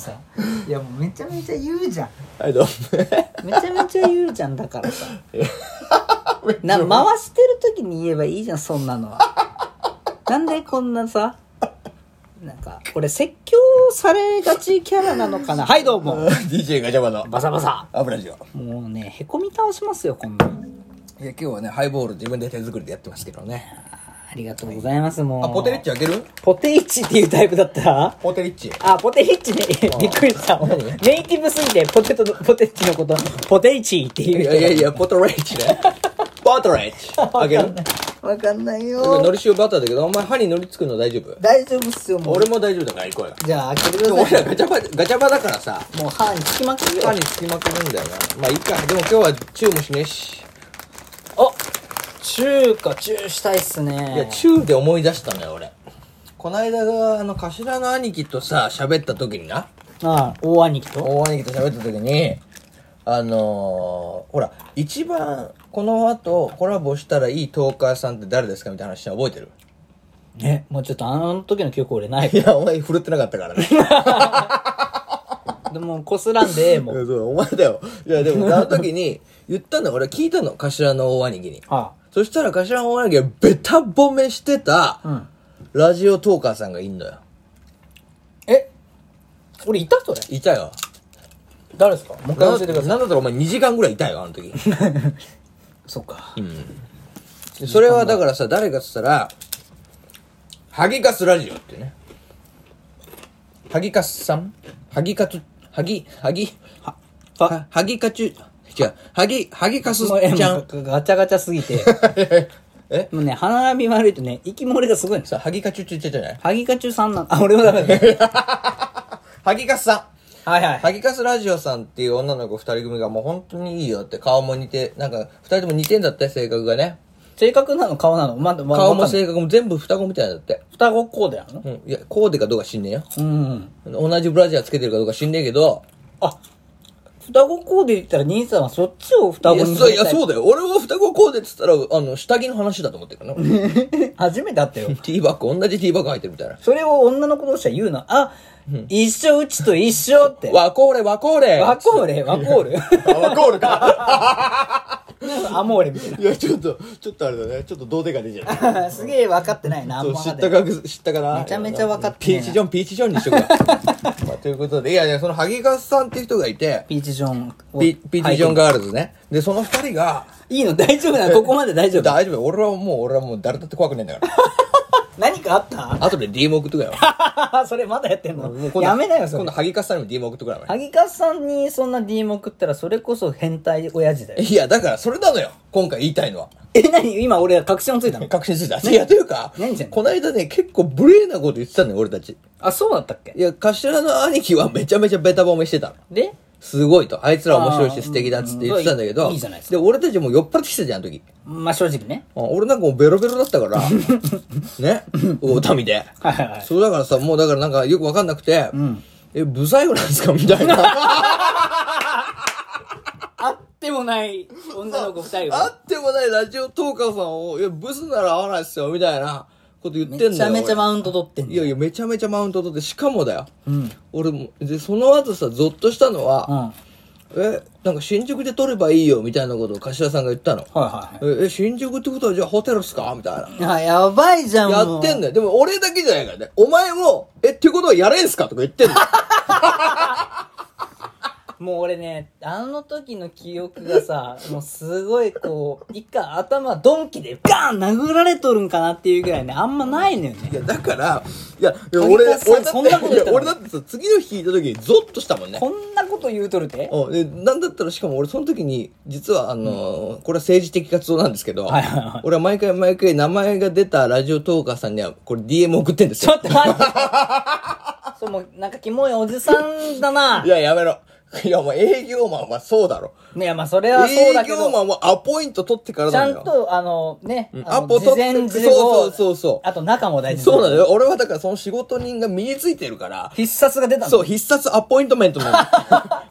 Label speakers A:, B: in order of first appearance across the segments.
A: さいやもうめちゃめちゃ言うじゃん
B: はいどう
A: めちゃめちゃ言うじゃんだから さ
B: も
A: な回してる時に言えばいいじゃんそんなのはなんでこんなさなんかこれ説教されがちキャラなのかなはいどうも
B: DJ ガチャバの
A: バサバサ
B: アブラジオい
A: もうねへこみ倒しますよこんなん
B: や今日はねハイボール自分で手作りでやってますけどね
A: ありがとうございますもう
B: あポテリッチ開ける
A: ポテイチっていうタイプだった
B: ポテリッチ
A: あ、ポテイチね。びっくりした。
B: 何
A: ネイティブすぎて、ポテトの、ポテイチのこと、ポテイチって
B: い
A: いう。
B: やいやいやポトレッチねポトレッチ開ける
A: わかんないよ。
B: のり塩バターだけどお前歯にのりつくの大丈夫
A: 大丈夫っすよ、もう。
B: 俺も大丈夫だから行こうよ
A: じゃあ、開けて
B: で
A: く
B: も
A: だ
B: 俺
A: さ
B: らガチャバガチャバだからさ
A: い。もう歯につきまくるよ
B: 歯。につきまくるんだよなまあいいかでも今日はチューもしねえし
A: あ中華中したいっすね。
B: いや、チューで思い出したんだよ、俺。こないだが、あの、頭の兄貴とさ、喋った時にな、
A: ああ、大兄貴と
B: 大兄貴と喋った時に、あのー、ほら、一番、この後、コラボしたらいいトーカーさんって誰ですかみたいな話したの覚えてる
A: ね、もうちょっとあの時の記憶俺ない
B: い。や、お前、振るってなかったからね。
A: でも、こすらん でええもん。
B: そう、お前だよ。いや、で も、あの時に、言ったんだよ、俺、聞いたの、頭の大兄貴に。
A: あ
B: そしたら、頭の大兄貴がベタ褒めしてた、
A: あ。うん。
B: ラジオトーカーさんがいんのよ。
A: え俺いたそれ
B: いたよ。
A: 誰ですかもう一回教えてください。
B: なんだったらお前2時間ぐらいいたよ、あの時。
A: そっか。
B: それはだからさ、誰かっつったら、ハギカスラジオっていうね。ハギカスさんハギカツ、ハギ、ハギ、
A: は、は、
B: ハハギカチュ、違う、ハギ、ハギカス
A: もうえ
B: ちゃ
A: も
B: ん
A: う。ガチャガチャすぎて。
B: え
A: もうね、花火悪いとね、息漏れがすごいんですよ。
B: さ、ハギカチュチュチュじゃない
A: ハギカチュさんなの。あ、俺もダメだね。
B: ハギカスさん
A: はいはい。
B: ハギカスラジオさんっていう女の子二人組がもう本当にいいよって顔も似て、なんか二人とも似てんだって性格がね。
A: 性格なの顔なのまだ、まだ
B: 顔も
A: わかんない
B: 性格も全部双子みたいなんだって。
A: 双子コーデやの
B: うん。いや、コーデかどうか知んねえよ。
A: うん。
B: 同じブラジャーつけてるかどうか知んねえけど、
A: あ、双子コーデ言ったら兄さんはそっちを双子に
B: いやそういや、
A: う。
B: そうだよ。俺は双子コーデっつったら、あの、下着の話だと思ってるからな。
A: 初めて会ったよ。
B: ティーバッグ、同じティーバッグ入ってるみたいな。
A: それを女の子同士は言うの。あ、一緒、うちと一緒って。
B: ワコーレ、ワコーレ
A: ワコールワコール
B: ワコーレか。
A: アモーレみたい
B: いや、ちょっと、ちょっとあれだね。ちょっと童貞が出ちゃう。
A: な。 すげえ分かってないな、あん
B: そう
A: ま
B: 知っ
A: で
B: たか、知ったかな。
A: めちゃめちゃ分かってねえ
B: ピ
A: な
B: ーチジョン、ピーチジョンにしとくわ まあということで、いやいや、その、ハギガスさんっていう人がいて、
A: ピーチジョンを。
B: ピピーチジョンガールズね。で、その二人が、
A: いいの大丈夫なのここまで大丈夫。
B: 大丈夫。俺はもう、俺はもう誰だって怖くねえんだから。
A: 何かあった
B: 後で DM 送っとくよ。
A: それまだやってんの
B: もう今度
A: やめなよ、それ
B: 今度、。ハギカスさんにも DM 送っとくからね。
A: ハギカスさんにそんな DM 送ったら、それこそ変態親父だよ。
B: いや、だからそれなのよ。今回言いたいのは。
A: え、何今俺確信ついたの
B: 確信ついた。いや、というか
A: 何じゃん、
B: この間ね、結構無礼なこと言ってたのよ、俺たち。
A: あ、そうだったっけ
B: いや、頭の兄貴はめちゃめちゃベタ褒めしてたの。
A: です
B: ごいと。あいつら面白いし素敵だっつって言ってたんだけ
A: あー
B: ど。
A: うんいいじゃないです
B: で、俺たちもう酔っ払ってきてたじゃん、あの時。
A: まあ正直ね。
B: あ俺なんかもうベロベロだっ たから。ね。大民で。
A: はいはいはい。
B: そうだからさ、もうだからなんかよくわかんなくて、
A: ん
B: え、不細工なんですかみたいな。
A: あってもない女の子二人
B: あ
A: は。
B: ってもないラジオトーカーさんを、いや、ブスなら合わないっすよ、みたいなこと言ってん
A: め
B: だよ。
A: ちゃめち
B: 俺
A: ゃマウント取ってん
B: い
A: の。
B: やいや、めちゃめちゃマウント取って、しかもだよ。
A: うん。
B: 俺も、で、その後さ、ゾッとしたの
A: うん。
B: は、
A: はい
B: え、なんか新宿で撮ればいいよ、みたいなことを頭さんが言ったの。
A: は
B: え、え新宿ってことはじゃあホテルっすかみたいな。
A: いはい。あ、やばいじゃん、
B: や
A: も
B: っ
A: う
B: てんだよ。でも俺だけじゃないからね。お前も、え、ってことはやれんすかとか言ってんの。
A: もう俺ね、あの時の記憶がさ、 もうすごいこう、一回頭ドンキでガーン殴られとるんかなっていうぐらいね、あんまないのよね
B: い。や、だから、いや、いや俺、
A: ハギカ
B: 俺
A: スさん
B: だ
A: そんな
B: っ
A: こと
B: て、
A: 言
B: いや
A: ったの
B: 俺だってさ、次の日聞いた時にゾッとしたもんね。
A: こんなこと言うとるて
B: うんで、なんだったらしかも俺その時に、実はあのーこれは政治的活動なんですけど、
A: はいはいはい
B: 俺は毎回毎回名前が出たラジオトーカーさんには、これ DM 送ってんです
A: ちょ
B: よ。
A: っと待 って。そう、もうなんかキモいおじさんだな。
B: いや、やめろ。いや、もう営業マンはそうだろ。
A: いや、まあそれはそうだ
B: 営
A: け
B: 業
A: ど、
B: マンはアポイント取ってから
A: ちゃ
B: だよ。
A: んと、あの、ね、
B: うん
A: あ
B: ア
A: の
B: ポ取
A: 事
B: って
A: 前事
B: そ
A: 後
B: うそうそうそう
A: あと中も大事
B: そうなんだ
A: よ。
B: よ。俺はだからその仕事人が身についてるから、
A: 必殺が出たんだ
B: そう、必殺アポイントメントなの。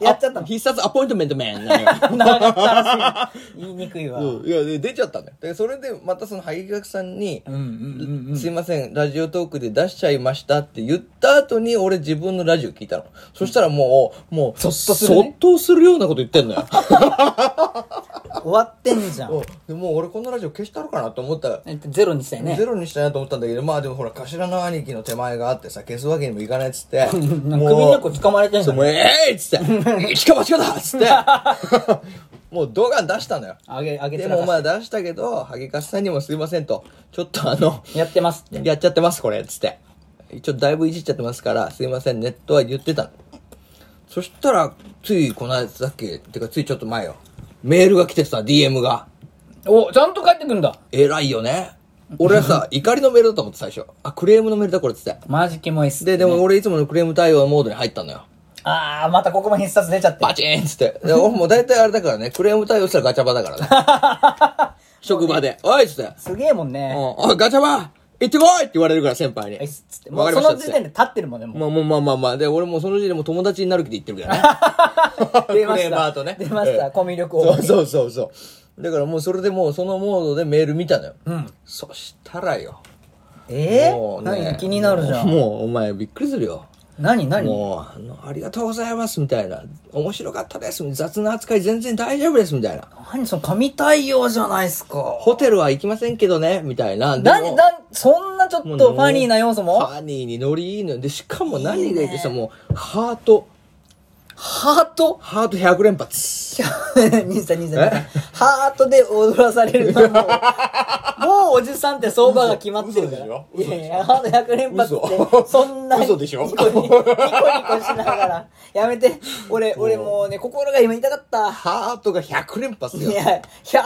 A: やっちゃったの
B: 必殺アポイントメントメンなの よ
A: 長かったらしい。言いにくいわ。
B: そういやで出ちゃったんだよでそれでまたその萩垣さんに、
A: うんうんうんうん。
B: すいません、ラジオトークで出しちゃいましたって言った後に、俺自分のラジオ聞いたの。そしたらもう、もう、
A: そっとするね
B: そっとするようなこと言ってんのよ。
A: 終わってんじゃん。
B: うんでもう俺このラジオ消したのかなと思った。
A: ゼロにしたよね
B: ゼ。ロにしたいなと思ったんだけど、まあでもほら、頭の兄貴の手前があってさ、消すわけにもいかないっつって。もう
A: なんか首の子捕まれてんじ
B: そ
A: ゃ
B: う
A: ん
B: も。うええっ つって、しかもしかだっつって、もう動画出したのよ。
A: あげ、あげ
B: で
A: てら
B: も
A: かし
B: まあ出したけど、萩勝さんにもすいませんと、ちょっとあの、
A: やってますって。
B: やっちゃってます、これ、つって。ちょっとだいぶいじっちゃってますから、すいませんね、とは言ってたの。そしたら、ついこの間さっき、てかついちょっと前よ。メールが来てさ、DM が。
A: お、ちゃんと帰ってくんだ。
B: 偉いよね。俺は さ、怒りのメールだと思って最初。あ、クレームのメールだ、これ、つって。
A: マジキモいっす。
B: で、でも俺いつものクレーム対応モードに入ったのよ。
A: あー、またここも必殺出ちゃって。
B: バチーンっつって。で俺もう大体あれだか らね、クレーム対応したらガチャバだからね。職場で。おいっつって。
A: すげえもん
B: う
A: ね
B: ん。おい、ガチャバ行ってこいって言われるから、先輩に。
A: はいっすつって。も
B: わ
A: う
B: かり
A: その
B: ましたっ
A: 時
B: つっ
A: 点
B: て
A: で立ってるもんね、もう。
B: まあもうまあまあまあ。で、俺もうその時点でもう友達になる気で言ってる
A: 。
B: からね
A: 出まし
B: フレーバ
A: た。
B: ーとね。
A: 出ました。
B: ええ
A: コミュ力を。
B: そうそうそうそう。だからもうそれでもうそのモードでメール見たのよ。
A: うん。
B: そしたらよ。
A: え
B: もう
A: ー
B: ね
A: 何気になるじゃ。
B: もうんもうお前びっくりするよ。
A: 何何
B: もうあの、ありがとうございますみたいな。面白かったです。雑な扱い全然大丈夫ですみたいな。
A: 何その神対応じゃないっすか。
B: ホテルは行きませんけどね、みたいな。でも
A: 何、何、そんなちょっとファニーな要素
B: フ
A: も
B: ァニーにノリいいのよ。で、しかも何がいいってさ、もう、ハート、
A: ハート
B: ハート100連発。
A: 兄さん兄さんハートで踊らされるのもうもうおじさんって相場が決まってるから
B: 嘘
A: い
B: 嘘でしょ嘘で
A: や
B: しょ
A: いやハート100連発っ
B: 嘘
A: てそんな
B: 嘘でしょ
A: ニコニニコニコしながらやめて俺俺もうね心が今痛かった
B: ハートが100連発
A: い
B: よ。
A: やいや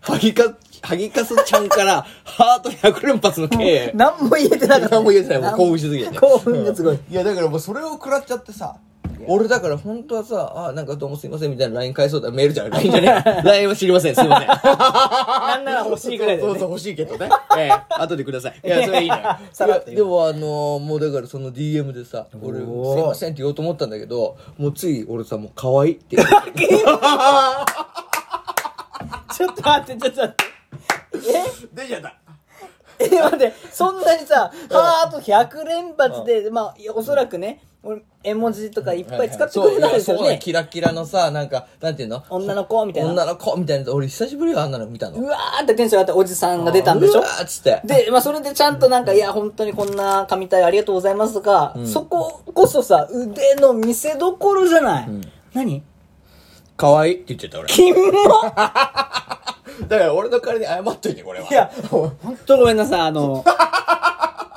B: ハギカ、ハギカスちゃんから、ハート100連発の刑。
A: 何も言えてなかった
B: 何も言えてない。もう興奮しすぎて。
A: 興奮がすごい
B: いや、だからもうそれを食らっちゃってさ。俺だから本当はさ、あ、なんかどうもすいませんみたいな LINE 返そうだ。メールじゃない。LINE じゃね え。LINE は知りません。すいません。
A: なんなら欲しいぐらいだ
B: そ
A: よ
B: うそう
A: ね
B: そう、欲しいけ どね。ええ、後でください。いや、それいいのよ
A: さらっと言う
B: いやでもあのー、もうだからその DM でさ、俺、す
A: おー
B: いませんって言おうと思ったんだけど、もうつい俺さ、もう可愛いっ て言って。
A: ちょっと待ってちょっと待ってえ
B: 出ちゃった。
A: え、 待って、そんなにさ、ハート100連発で、まあ、いやおそらくね、俺、絵文字とかいっぱい使ってくれたんですよ
B: そういやそうだ
A: ね。
B: キラキラのさ、なんか、なんていうの
A: 女の子みたいな。
B: 女の子みたいなやつ。俺久しぶりよ、あんなの見た
A: う
B: の。
A: わーってテンション上がっておじさんが出たんでし
B: う
A: ょ
B: わーっつって。
A: で、まあ、それでちゃんとなんか、いや、本当にこんな神対応ありがとうございますとか、そここそさ、腕の見せどころじゃない。何
B: 可愛いって言っちゃった俺。
A: キモ
B: だから俺の代わりに謝っといて、これは。
A: いや、本当ごめんなさい、あ の、広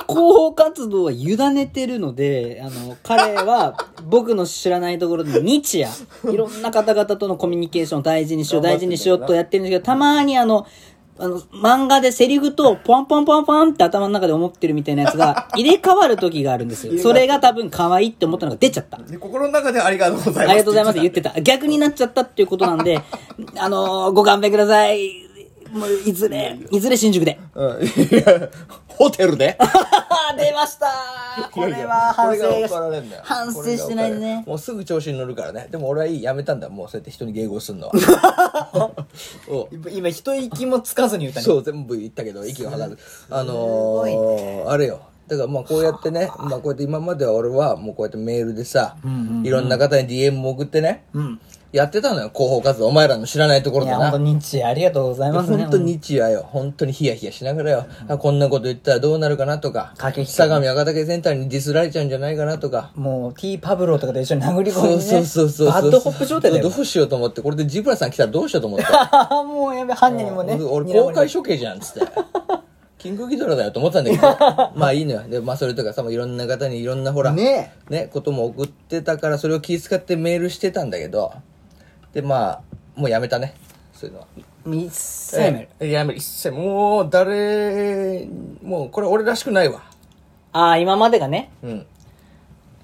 A: 報活動は委ねてるので、あの、彼は僕の知らないところで日夜、いろんな方々とのコミュニケーションを大事にしよう、大事にしようとやってるんですけど、たまにあの、あの、漫画でセリフとポンポンポンポンって頭の中で思ってるみたいなやつ が入れ替わる時があるんですよ。それが多分可愛いって思ったのが出ちゃった。
B: で心の中でありがとうございます。
A: ありがとうございます。言ってた。逆になっちゃったっていうことなんで、あのご勘弁ください。もう、いずれ、いずれ新宿で。
B: うん。いや、ホテルで
A: 出ましたこれは反省
B: これが怒られんだよ
A: 反省してない
B: これが怒られ
A: ね
B: るもうすぐ調子に乗るからねでも俺はいいやめたんだもうそうやって人に迎合す るのはお
A: 今一息もつかずに歌
B: そう全部言ったけど息が離れるあのー、あれよだからまあこうやってねまあこうやって今までは俺はもうこうやってメールでさ、いろんな方に DM も送ってね、やってたのよ広報活動お前らの知らないとこ
A: い
B: ろで
A: や
B: な
A: 本当に日ありがとうございますね
B: 本当に日夜よ本当にヒヤヒヤしながらよ、あこんなこと言ったらどうなるかなとか
A: 駆け引き
B: 相模赤竹センターにディスられちゃうんじゃないかなとか
A: もう T パブローとかと一緒に殴り込み
B: そ
A: ね
B: うそうそうそう
A: バッドホップ状態だよ
B: どうしようと思ってこれでジブラさん来たらどうしようと思って
A: あー もうやべ犯人にもね
B: 俺
A: 睨ま
B: 公
A: れ
B: 開処刑じゃんっつってキングギドラだよと思ったんだ けどまあいいのよで、まあ、それとかさもういろんな方にいろんなほら
A: ね
B: ねことも送ってたからそれを気遣ってメールしてたんだけどでまあもうやめたねそういうのは
A: 一切やめる
B: えやめる一切もう誰もうこれ俺らしくないわ
A: ああ今までがね
B: うん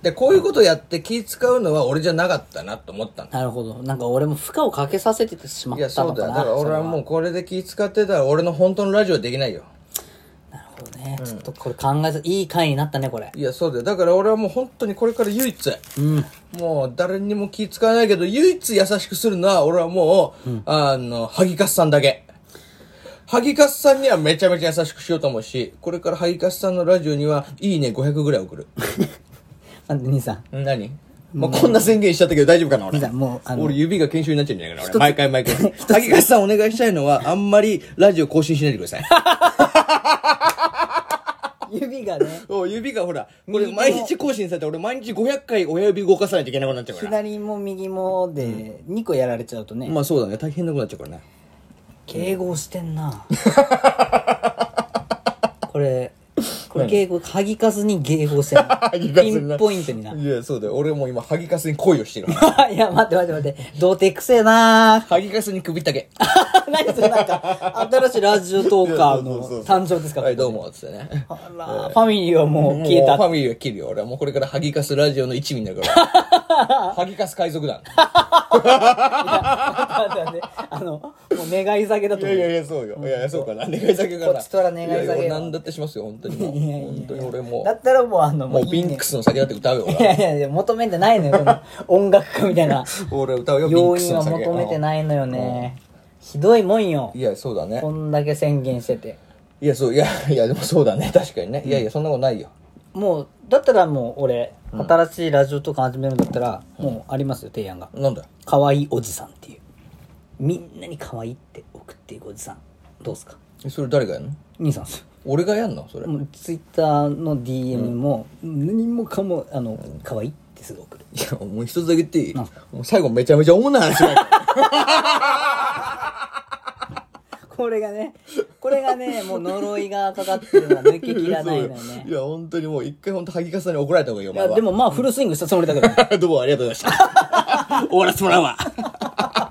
B: でこういうことやって気使うのは俺じゃなかったなと思ったの
A: なるほどなんか俺も負荷をかけさせてしま
B: い
A: っ
B: や
A: た
B: そ
A: の
B: うだ
A: か
B: よ
A: な
B: だから俺はもうこれで気使ってたら俺の本当のラジオできないよ
A: それはなるほどね、ちょっとこれ考えず、いい回になったね、これ。
B: いや、そうだよ。だから俺はもう本当にこれから唯一、
A: うん。
B: もう誰にも気使わないけど、唯一優しくするのは俺はもう、あの、ハギカスさんだけ。ハギカスさんにはめちゃめちゃ優しくしようと思うし、これからハギカスさんのラジオには、いいね500ぐらい送る。
A: あ、兄さん。
B: 何まあ、こんな宣言しちゃったけど大丈夫かな俺
A: いやもうあの
B: 俺指が研修になっちゃうんじゃないかな俺毎回毎 回。萩川さんお願いしたいのは、あんまりラジオ更新しないでくだ さい。
A: 指がね、
B: お指 がほら、これ毎日更新されて俺毎日500回親指動かさないといけなくなっちゃうから。
A: 左も右もで、2個やられちゃうとね、
B: まあそうだね、大変なくなっちゃうからね。
A: 敬語してん なこれ、これ敬語、はぎかすに敬語してんな ピンポイントにな。
B: いや、そうだよ。俺もう今、ハギカスに恋をしてる。
A: いや、待って待って待って。童貞くせえな
B: ハギカスに首ったけ。
A: 何それなんか、新しいラジオトーカー
B: いや
A: の
B: そうそうそう
A: 誕生ですか
B: はい、どうも、つってね。
A: あら、ファミリーはもう消え
B: もう
A: た。
B: ファミリーは切るよ。俺はもうこれからハギカスラジオの一味になる から。ハギカス海賊団。
A: 待って待ってあの、もう願い下げだと
B: い
A: 思
B: や
A: う。
B: いやいや、そうよ。いやいや、そうかな。願い下げか
A: こ
B: ら。
A: っちとら願い下げよ
B: やや何だってしますよ、本当にもう。本当に俺も
A: だったらもうあの、
B: う、も
A: いうい
B: ピ
A: ね
B: ンクスの酒だって歌うよ。
A: いやいやいや、求めてないのよ、この音楽家みたいな。
B: 俺俺歌うよ、ピン
A: 要
B: クス
A: 因
B: の
A: は
B: 酒。
A: 求めてないのよね。ひどいもんよ
B: うん。いや、そうだね
A: こ。んだけ宣言してて。
B: いや、そう、いや、いや、でもそうだね。確かにね。いやいや、そんなことないよ。
A: もう、だったらもう俺、新しいラジオとか始めるんだったら、もうありますよ、提案が。
B: なんだよ
A: 可愛いおじさんっていう。みんなに可愛いって送っていくおじさん。どうすか
B: えそれ誰がやんの
A: 兄さんっす。
B: 俺がやんのそれ。
A: もうツイッターの DM も、何もかも、あの、可愛いってすぐ送る。
B: いや、もう一つだけ言っていいもう最後めちゃめちゃ主な話だよ
A: これがね、これがね、もう呪いがかかってるのが抜けきら ないのよね
B: い。や、本当にもう一回本当、萩川さんに怒られた方がいいよ、お
A: い
B: 前
A: や、
B: は
A: で。もまあフルスイングしたつもりだけどね。
B: どうもありがとうございました。終わらせてもらうわ。